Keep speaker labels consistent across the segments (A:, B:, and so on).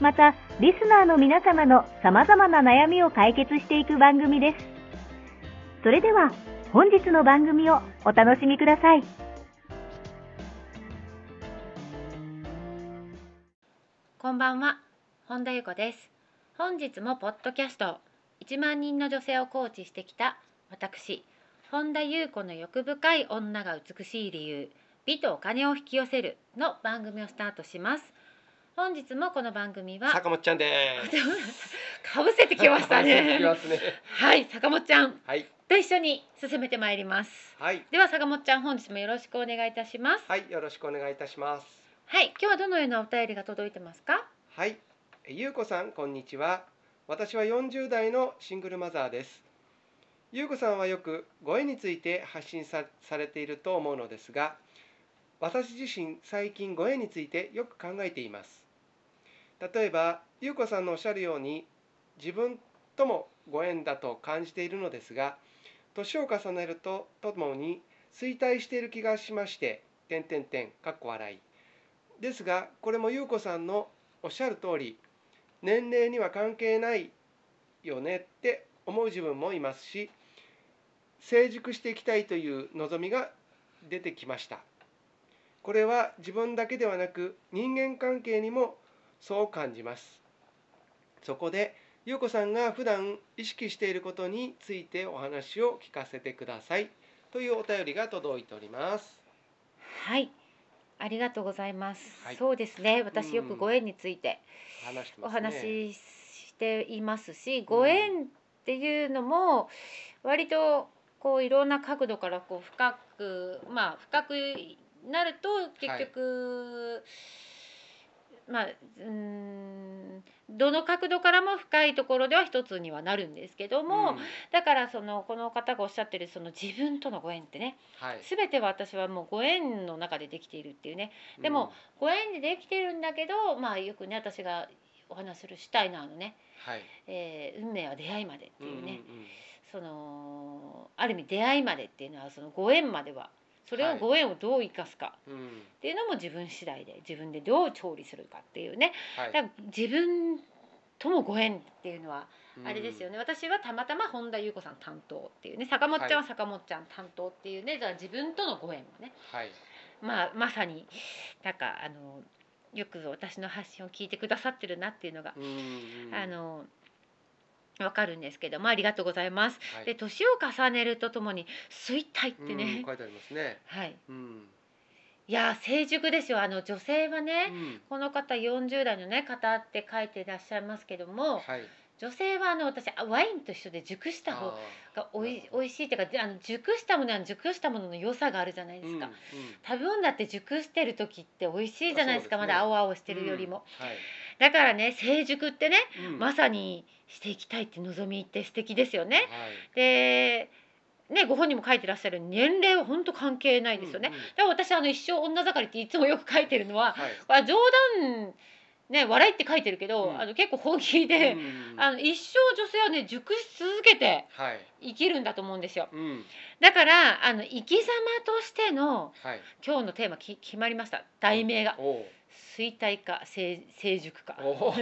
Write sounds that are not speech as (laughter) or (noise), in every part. A: また、リスナーの皆様の様々な悩みを解決していく番組です。それでは、本日の番組をお楽しみください。
B: こんばんは、本田由子です。本日もポッドキャスト1万人の女性をコーチしてきた私、本田由子の欲深い女が美しい理由、美とお金を引き寄せるの番組をスタートします。本日もこの番組
C: (laughs)
B: は
C: 坂本ちゃんで
B: かぶせて
C: す。
B: きましたね
C: (laughs) 来。ますね。
B: はい、坂本ちゃん
C: はい
B: と一緒に進めてまいります。
C: はい
B: では坂本ちゃん本日もよろしくお願いいたします。
C: はいよろしくお願いいたします。
B: はい、今日はどのようなお便りが届いてますか？
C: はい、えゆうこさんこんにちは。私は40代のシングルマザーです。ゆうこさんはよくご縁について発信さされていると思うのですが、私自身最近ご縁についてよく考えています。例えばゆうこさんのおっしゃるように自分ともご縁だと感じているのですが、年を重ねるとともに衰退している気がしまして、点点点かっこ笑い。ですがこれもゆうこさんのおっしゃる通り年齢には関係ないよねって思う自分もいますし成熟していきたいという望みが出てきましたこれは自分だけではなく人間関係にもそう感じますそこで優子さんが普段意識していることについてお話を聞かせてくださいというお便りが届いております
B: (laughs) はい、ありがとうございます。
C: はい
B: そうですね、私よ
C: う
B: く
C: ん
B: ご縁について
C: 話して
B: お
C: ますね
B: 話ししていますし、ご縁っていうのも割とこういろんな角度からこう深くまあ深くなると結局、まあうーんどの角度からも深いところでは一つにはなるんですけども、
C: うん
B: だからそのこの方がおっしゃってるその自分とのご縁ってね
C: はい
B: 全ては私はもうご縁の中でできているっていうねでも、ご縁でできてるんだけどまあよくね私がお話しするシュタイナーのね、
C: うんはい
B: えー運命は出会いまでっていうね、
C: うんうんうん
B: そのある意味出会いまでっていうのはそのご縁まではそれ
C: は
B: を
C: い
B: ご縁をどう生かすか
C: うん
B: っていうのも自分次第で自分でどう調理するかっていうね
C: はい
B: だから自分ともご縁っていうのは
C: うん
B: あれですよね、私はたまたま本田裕子さん担当っていうね坂本ちゃんは坂本ちゃん担当っていうね、だから自分とのご縁もね
C: はい。
B: まあ、まさになんかあのよく私の発信を聞いてくださってるなっていうのが、
C: うんうん
B: あ、のわかるんですけどもありがとうございます。
C: はい
B: で年を重ねるとともに衰退って
C: う
B: ね
C: ん、書いてありますね。
B: はい、
C: うん。
B: いやー成熟ですよあの女性はね、
C: うん
B: この方40代の、ね、方って書いていらっしゃいますけども
C: はい。
B: 女性はあの私ワインと一緒で熟した方がおいおいしいっていうかであの熟したものは熟したものの良さがあるじゃない
C: い
B: ですか。
C: うんうん
B: 食べ物だって熟してる時って美味しいじゃないですか
C: あそ
B: ま
C: うですね
B: だ青々してるよりも、
C: うんはい。
B: だからね成熟ってね
C: うん
B: まさにしていきたいって望みって素敵ですよね
C: はい
B: でねご本人も書いてらっしゃるように年齢は本当関係ないですよね、
C: うんうん
B: だから私あの一生女盛りっていつもよく書いてるのは、
C: はい。
B: あ冗談ね笑いって書いてるけど、
C: うん
B: あの結構本気で、
C: うん
B: あの一生女性はね熟し続けて
C: はい。
B: 生きるんだと思うんですよ
C: うん。
B: だからあの生き様としての
C: はい。
B: 今日のテーマき決まりました題名が
C: おう
B: 衰退か成成熟か
C: お
B: (laughs)
C: (laughs) う。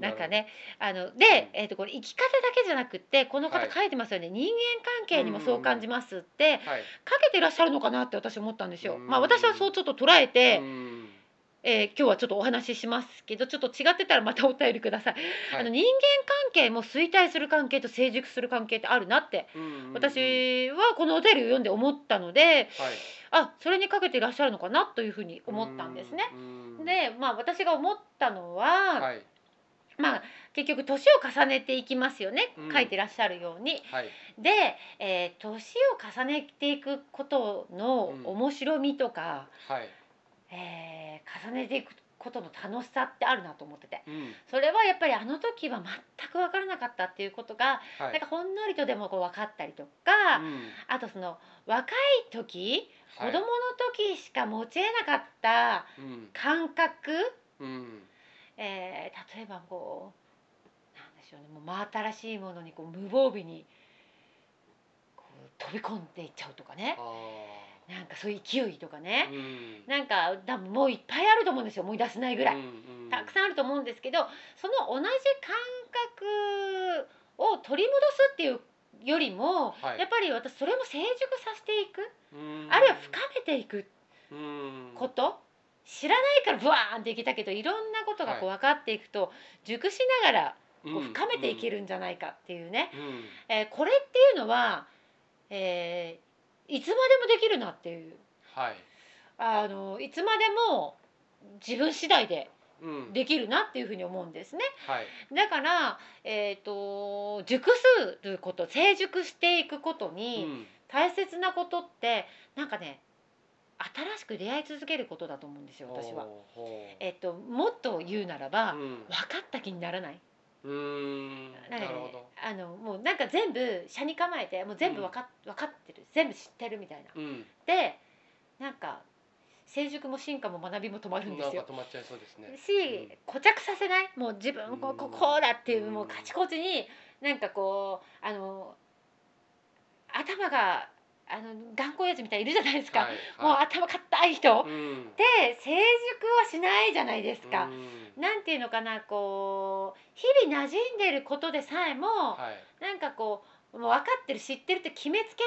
B: なんか
C: る
B: ねあので、
C: うん
B: えー、とこれ生き方だけじゃなくってこの
C: は
B: 方
C: い
B: 書いてますよね、人間関係にもそう感じますって
C: ほど。はい。
B: 書けてらっしゃるのかなって私思ったんですよ、
C: うん
B: まあ私はそうちょっと捉えて、
C: うん
B: えー今日はちょっとお話ししますけどちょっと違ってたらまたお便りください、
C: はい
B: あの人間関係も衰退する関係と成熟する関係ってあるなって
C: うんうんうん
B: 私はこのお便りを読んで思ったので
C: はい
B: あそれにかけていらっしゃるのかなというふうに思ったんですね。
C: うんうん
B: でまあ私が思ったのは、
C: はい
B: まあ結局年を重ねていきますよね、
C: うん
B: 書いてらっしゃるように。
C: はい
B: で、えー年を重ねていくことの
C: うん
B: 面白みとか、
C: はい
B: えー重ねていくことの楽しさってあるなと思ってて
C: うん
B: それはやっぱりあの時は全く分からなかったっていうことが、
C: は
B: な
C: い
B: んかほんのりとでもこう分かったりとか、
C: うん
B: あとその若い時子
C: はい
B: 供の時しか持ちえなかった
C: うん
B: 感覚、
C: うん
B: えー例えばこうなんでしょうねもう真新しいものにこう無防備にこう飛び込んでいっちゃうとかね
C: あ
B: なんかそういう勢いとか
C: ー
B: ね、
C: うん
B: なんかだもういっぱいあると思うんですよ思い出せないぐらい、
C: うんうん
B: たくさんあると思うんですけどその同じ感覚を取り戻すっていうよりも、
C: はい
B: やっぱり私それも成熟させていく、
C: うん
B: あるいは深めていく
C: うん
B: こと知らないからブワーンっていけたけどいろんなことがこう分かっていくと、熟しながらこう深めていけるんじゃないかっていうね、
C: うんうん
B: えーこれっていうのは、えーいつまでもできるなっていう
C: はい
B: あのいつまでも自分次第で
C: うん
B: できるなっていうふうに思うんですね。
C: はい
B: だから、えー、と熟すること成熟していくこと
C: う
B: に
C: ん
B: 大切なことってなんかね新しく出会い続けることだと思うんですよ私は。
C: ほうほう
B: えっと、もっと言うならば、
C: うん
B: 分かった気にならない。
C: うーん
B: な
C: なん
B: か
C: る
B: ね
C: ほど
B: あのもうなんか全部車に構えてもう全部分か,、分かってる全部知ってるみたいな。
C: うん
B: でなんか成熟も進化も学びも止まるんで
C: な
B: す
C: んか
B: よ。
C: 止まっちゃいそうですね
B: し、
C: うん
B: 固着させないもう自分こ
C: うん
B: ここうだっていう
C: うん
B: もうカチコチになんかこうあの頭があの頑固やつみたいにいるじゃないですか、
C: はい
B: もう
C: は
B: 頭硬い人、
C: いうん
B: で成熟はしないじゃないですか。
C: うん
B: なんていうのかなこう日々馴染んでることでさえも、
C: はい
B: なんかこうもう分かってる知ってるって決めつけ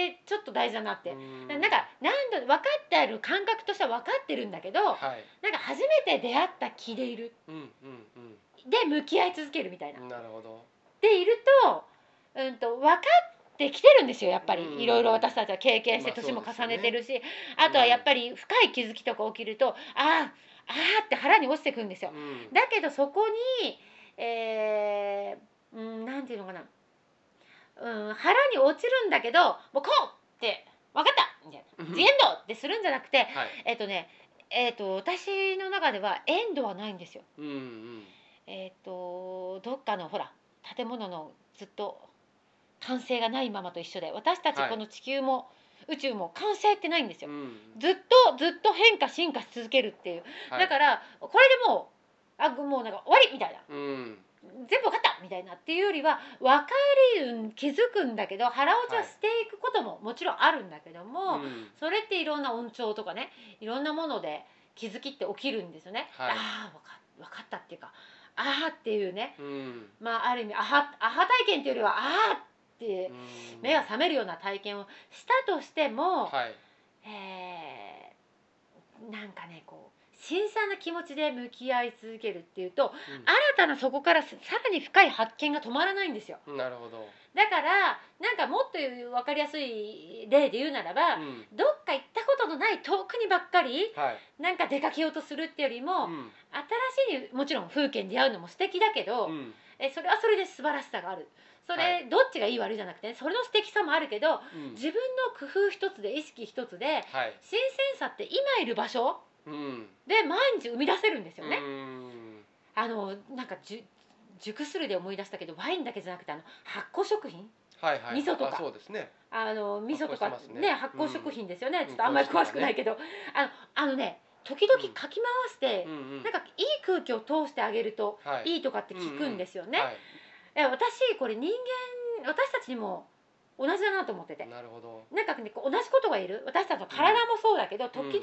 B: ないってちょっと大事だなって、
C: うん
B: なんか何度分かってる感覚としては分かってるんだけど、
C: はい
B: なんか初めて出会った気でいる
C: うんうん
B: で向き合い続けるみたいな。
C: うんなるほど
B: でいると,、うん、と分かってきてるんですよやっぱり、
C: うん
B: いろいろ私たちは経験して
C: まあ
B: 年も
C: そうで
B: 重
C: すよね
B: ねてるし、あとはやっぱり深い気づきとか起きると、ああああって腹に落ちてくるんですよ。
C: うん
B: だけどそこに、えーうん、なんていうのかな、うん、腹に落ちるんだけどもうこうって分かったみたいな「ジエンド!」ってするんじゃなくて
C: はい
B: えっ、とねえっ、と私の中ではエンドはないんですよ。
C: うんうん
B: えっ、とどっかのほら建物のずっと完成がないままと一緒で私たち
C: はい
B: この地球も、宇宙も完成ってないんですよ。
C: うん
B: ずっとずっと変化進化し続けるっていう、
C: はい
B: だからこれでもうあもうなんか終わりみたいな
C: うん
B: 全部分かったみたいなっていうよりは分かる気づくんだけど腹落ちはしていくことももちろんあるんだけども、
C: うん
B: それっていろんな音調とかねいろんなもので気づきって起きるんですよね。
C: はい
B: ああ分か分かったっていうかああっていうね
C: うん
B: まあある意味アハアハ体験っていうよりはああって
C: うん
B: 目が覚めるような体験をしたとしても、
C: はい
B: えーなんかねこう新鮮な気持ちで向き合い続けるっていうと
C: うん
B: 新たなそこからささらに深い発見が止まらないんですよ
C: なるほど
B: だからなんかもっと分かりやすい例で言うならば、
C: うん
B: どっか行ったことのない遠くにばっかり
C: はい
B: なんか出かけようとするってよりも、
C: うん
B: 新しいもちろん風景に出会うのも素敵だけど、
C: うん
B: えそれはそれで素晴らしさがあるそれ、
C: は
B: どっちがいい悪いじゃなくてねそれの素敵さもあるけど
C: うん
B: 自分の工夫一つで意識一つで
C: はい
B: 新鮮さって今いる場所
C: うん
B: で毎日生み出せるんですよね。
C: うん
B: あのなんかじゅ熟するで思い出したけどワインだけじゃなくてあの発酵食品
C: はいはい
B: 味噌とか
C: あそうですね
B: あの味噌とか
C: 発酵してます
B: ね
C: ね
B: 発酵食品ですよね、
C: ん
B: ちょっとあんまり詳しくないけど、あのあのね時々かき回して
C: う、んうん
B: なんかいい空気を通してあげると
C: はい
B: いいとかって聞くんですよね。
C: はい
B: え私これ人間私たちにも同じだなと思ってて。
C: なるほど
B: なんかね、こう同じことがいる私たちの体もそうだけど、時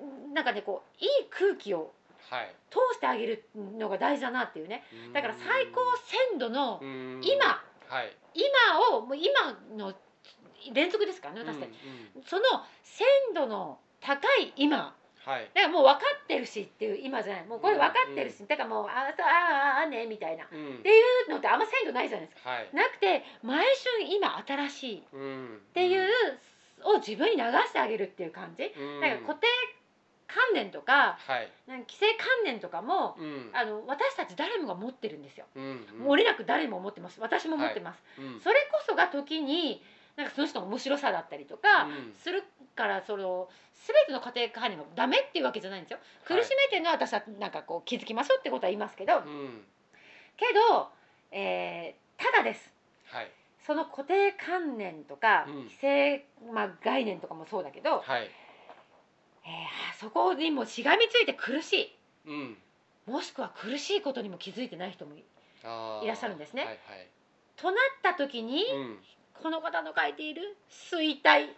B: 々なんかねこういい空気を
C: はい
B: 通してあげるのが大事だなっていうねだから最高鮮度の
C: 今
B: 今
C: はい
B: 今をもう今の連続ですからね私たち、
C: うんうん
B: その鮮度の高い今
C: はい
B: だからもう分かってるしっていう今じゃないもうこれ分かってるし、だからもうあそうああああねみたいなっ
C: うん
B: ていうのってあんま鮮度ないじゃないです
C: はい
B: かなくて毎春今新しいっ
C: うんって
B: いう、を自分に流してあげるっていう感じ、
C: うん
B: なんか固定観念とか
C: はい
B: なんか規制観念とかも、
C: うん
B: あの私たち誰もが持ってるんですよ、
C: うん
B: もう折れなく誰も持ってます私も持ってます、
C: うん
B: それこそが時になんかその人の面白さだったりとか、
C: うん
B: するからその全ての家庭管理がダメっていうわけじゃないんですよ苦
C: はい
B: しめてるのは私はなんかこう気づきましょうってことは言いますけど、
C: うん
B: けど、えーただです
C: はい
B: その固定観念とか
C: うん
B: 規制、まあ、概念とかもそうだけど、
C: はい
B: えーそこにもうしがみついて苦しい
C: うん
B: もしくは苦しいことにも気づいてない人もい
C: あー
B: いらっしゃるんですね
C: はいはい
B: となった時に、
C: うん
B: この方の書いている衰退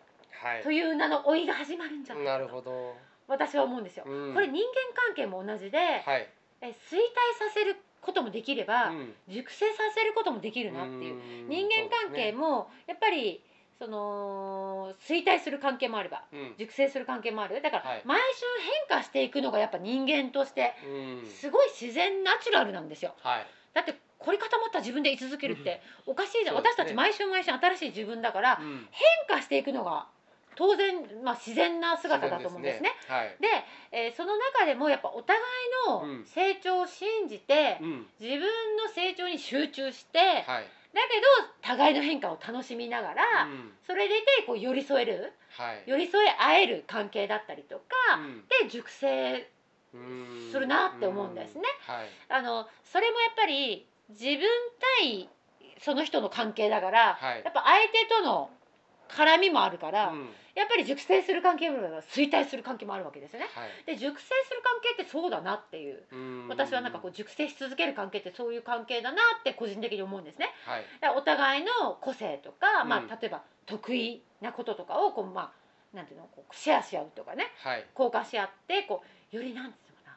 C: はい
B: という名の追いが始まるんじゃないか
C: な
B: と
C: るほど
B: 私は思うんですよ。
C: うん
B: これ人間関係も同じで、
C: はい
B: え衰退させることもできれば、
C: うん
B: 熟成させることもできるなっていう、
C: ん
B: 人間関係もやっぱりその衰退する関係もあれば
C: そうですね
B: 熟成する関係もあるだから、
C: はい
B: 毎週変化していくのがやっぱ人間として
C: うんうん
B: すごい自然ナチュラルなんですよ
C: はい
B: だって凝り固まった自分で居続けるっておかしいじゃん、
C: そうです
B: 私
C: ね
B: たち毎週毎週新しい自分だから
C: うん
B: 変化していくのが当然、まあ、自然な姿だと思うんですね。
C: はい
B: で、えーその中でもやっぱお互い
C: うん
B: の成長を信じて、
C: うん
B: 自分の成長に集中して、
C: はい
B: だけど互いの変化を楽しみながら、
C: うん
B: それでいてこう寄り添える
C: はい
B: 寄り添え合える関係だったりとか、
C: うん
B: で熟成するなって思うんですね
C: うんはい
B: あのそれもやっぱり自分対その人の関係だから、
C: はい
B: やっぱ相手との絡みもあるから、
C: うん
B: やっぱり熟成する関係もあれば衰退する関係もあるわけですよね。
C: はい
B: で熟成する関係ってそうだなっていう
C: うん
B: 私はなんかこう熟成し続ける関係ってそういう関係だなって個人的に思うんですね。
C: はい
B: だからお互いの個性とか、ま
C: うん
B: あ、例えば得意なこととかをこう、まあ、なんていうのこうシェアし合うとかね
C: はい
B: 交換し合ってこうよりなんていうのかな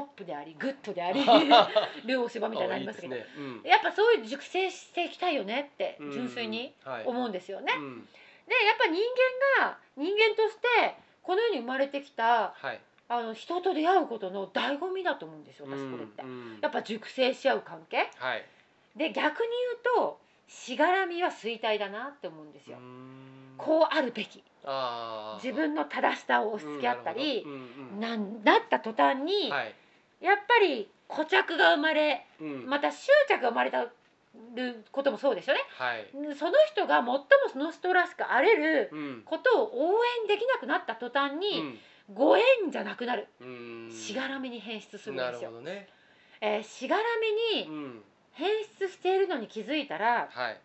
B: ポップでありグッドであり
C: (laughs)
B: ルーお芝みたいになりますけど
C: あいいですねうん
B: やっぱそういう熟成していきたいよねって
C: うん
B: 純粋に
C: はい
B: 思うんですよね。
C: うん
B: でやっぱ人間が人間としてこの世に生まれてきた
C: はい
B: あの人と出会うことの醍醐味だと思うんですよ私これって
C: う。ん
B: やっぱ熟成し合う関係
C: はい
B: で逆に言うとしがらみは衰退だなって思うんですよ。
C: うん
B: こうあるべき
C: あー
B: 自分の正しさを押し付け合ったり
C: う、んなる
B: なんなった途端
C: ほどうんうん
B: に、
C: はい
B: やっぱり固着が生まれ
C: うん
B: また執着が生まれたることもそうですよね。
C: はい
B: その人が最もその人らしくあれる
C: うん
B: ことを応援できなくなった途端に、ご縁じゃなくなる
C: うん
B: しがらみに変質するん
C: な
B: で
C: る
B: すよ
C: ほ。どね
B: えーしがらみ
C: う
B: に
C: ん
B: 変質しているのに気づいたら
C: はい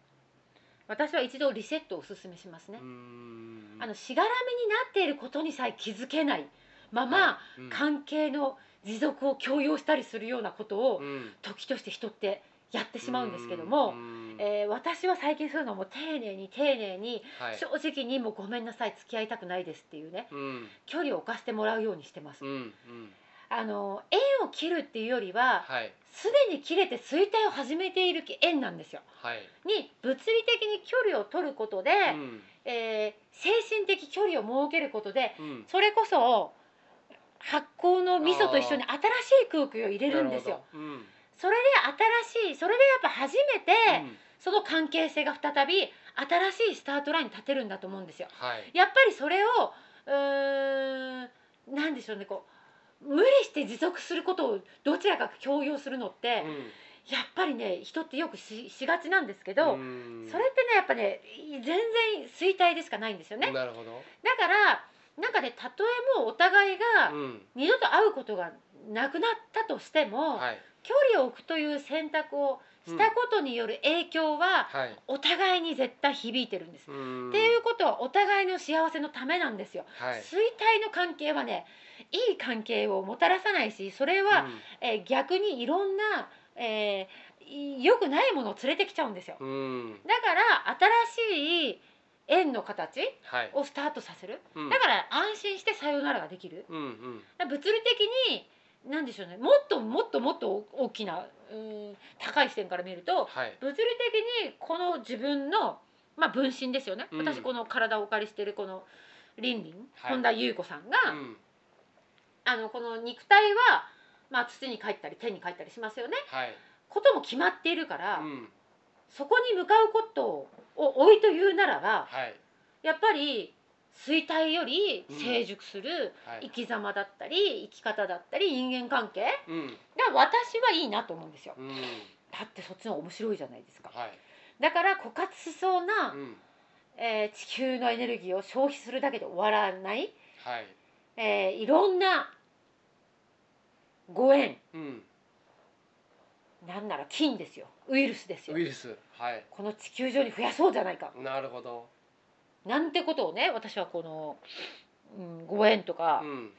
B: 私は一度リセットをおすすめしますね
C: う。ん
B: あのしがらみになっていることにさえ気づけないまま、
C: はいうん
B: 関係の持続を強要したりするようなことを
C: うん
B: 時として人ってやってしまうんですけども、
C: うん
B: えー私は最近そういうのも丁寧に丁寧に
C: はい
B: 正直にもうごめんなさい付き合いたくないですっていうね
C: うん
B: 距離を置かせてもらうようにしてます。
C: うんうん
B: あの縁を切るっていうよりは
C: はい
B: すでに切れて衰退を始めている縁なんですよ。
C: はい
B: に物理的に距離を取ることで、
C: うん
B: えー精神的距離を設けることで
C: うん
B: それこそ発酵の味噌と一緒に新しい空気を入れるんです
C: な
B: よ
C: ほ。どうん
B: それで新しいそれでやっぱ初めて、
C: うん
B: その関係性が再び新しいスタートラインに立てるんだと思うんですよ。
C: はい
B: やっぱりそれをうーんなんでしょうねこう無理して持続することをどちらかが強要するのって、
C: うん
B: やっぱりね人ってよくししがちなんですけど、
C: うん
B: それってねやっぱね全然衰退でしかないんですよね。
C: なるほど
B: だからなんかねたとえもうお互いが
C: うん
B: 二度と会うことがなくなったとしても、
C: はい
B: 距離を置くという選択をしたことによる影響は、
C: はいっ
B: お互いに絶対響いてるんです。
C: て
B: っていうことはお互いの幸せのためなんですよ。
C: はい
B: 衰退の関係はねいい関係をもたらさないしそれは、えー逆にいろんな、えーい良くないものを連れてきちゃうんですよ。
C: うんうん
B: だから新しい縁の形
C: はい
B: をスタートさせる
C: うん
B: だから安心してさよならができる
C: うんうん
B: だから物理的に何でしょうねもっともっともっと大きなうーん高い視点から見ると
C: はい
B: 物理的にこの自分の、まあ、分身ですよね、
C: うん
B: 私この体をお借りしてるこのリンリン、
C: はい
B: 本田裕子さんが、
C: うん
B: あのこの肉体は、まあ、土に帰ったり天に帰ったりしますよね
C: はい、
B: ことも決まっているから、
C: うん、
B: そこに向かうことをおいと言うならば
C: はい、
B: やっぱり衰退より成熟する
C: は
B: 生
C: い、
B: き様だったり生き方だったり人間関係が
C: うん、
B: 私はいいなと思うんですよ
C: うん、
B: だってそっちの方が面白いじゃないですか
C: はい、
B: だから枯渇しそうな
C: う、ん、
B: えー地球のエネルギーを消費するだけで終わらない、
C: はい、
B: えーいろんなご縁
C: うん、
B: なんなら菌ですよウイルスですよ
C: ウイルス、はい、
B: この地球上に増やそうじゃないか
C: なるほど、
B: なんてことをね私はこの、うん、ご縁とか
C: う、ん、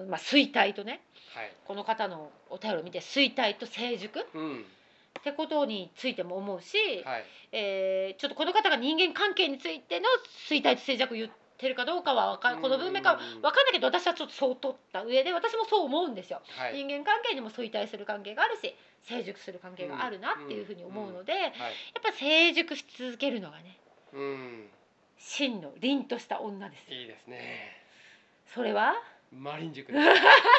B: うーんまあ、衰退とね
C: はい、
B: この方のお便りを見て衰退と成熟っ
C: うん、
B: てことについても思うし、
C: はい、
B: えーちょっとこの方が人間関係についての衰退と静寂を言ってるかどうかはわか
C: うん
B: この文明か分かんないけど私はちょっとそう取った上で私もそう思うんですよ。
C: はい、
B: 人間関係にも衰退する関係があるし成熟する関係があるなっていうふうに思うので、やっ
C: はい、
B: ぱ成熟し続けるのがね
C: うん、
B: 真の凛とした女ですよ
C: いいですね。
B: それは (laughs)
C: マリン塾です。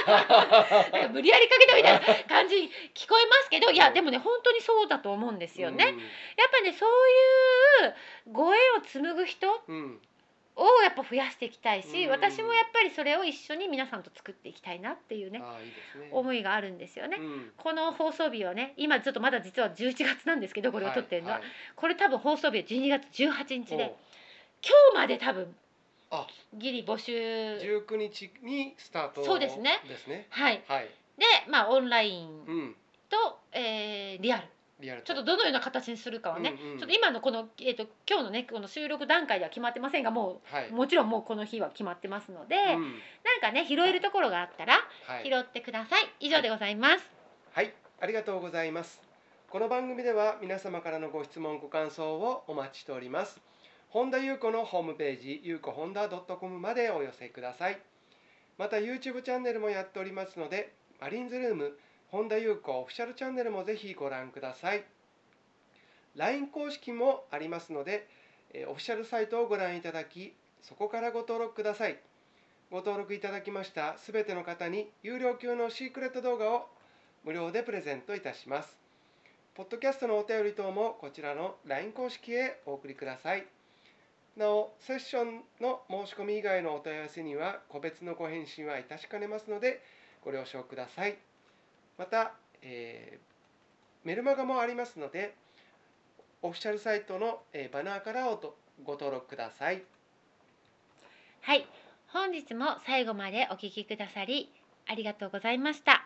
B: なんか無理やりかけたみたいな感じに聞こえますけどいやでもね本当にそうだと思うんですよね。やっぱねそういうご縁を紡ぐ人
C: うん。うん、
B: をやっぱ増やしていきたいし、
C: うん
B: 私もやっぱりそれを一緒に皆さんと作っていきたいなっていうね、
C: ああ、いいですね。
B: 思いがあるんですよね。
C: うん、
B: この放送日はね今ちょっとまだ実は11月なんですけどこれを撮ってるのは、
C: いい
B: これ多分放送日は12月18日で
C: お
B: 今日まで多分
C: あ
B: ギリ募集
C: 19日にスタート。
B: そうですね
C: ですね。
B: はい
C: はい。
B: でまあオンライン
C: うん。
B: と、えーリアル
C: リアルタ
B: ちょっ
C: イム。
B: とどのような形にするかはね、
C: うんうん
B: ちょっと今のこの、えー、と今日のねこの収録段階では決まってませんがも
C: はい。
B: うもちろんもうこの日は決まってますので、
C: う
B: なん
C: ん
B: かね拾えるところがあったら
C: は
B: 拾
C: い。
B: ってください以上でございます、
C: はい、ありがとうございます。この番組では皆様からのご質問ご感想をお待ちしております。本田裕子のホームページ、ゆうこホンダ .com までお寄せください。また YouTube チャンネルもやっておりますので、マリンズルーム本田裕子オフィシャルチャンネルもぜひご覧ください。LINE 公式もありますので、えーオフィシャルサイトをご覧いただき、そこからご登録ください。ご登録いただきましたすべての方に有料級のシークレット動画を無料でプレゼントいたします。ポッドキャストのお便り等もこちらの LINE 公式へお送りください。なお、セッションの申し込み以外のお問い合わせには個別のご返信は致しかねますのでご了承ください。また、えーメルマガもありますのでオフィシャルサイトの、えーバナーからおとご登録ください。
B: はい本日も最後までお聞きくださりありがとうございました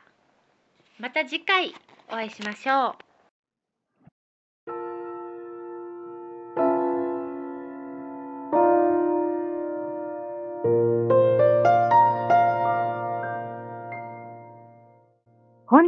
B: また次回お会いしましょう
A: 本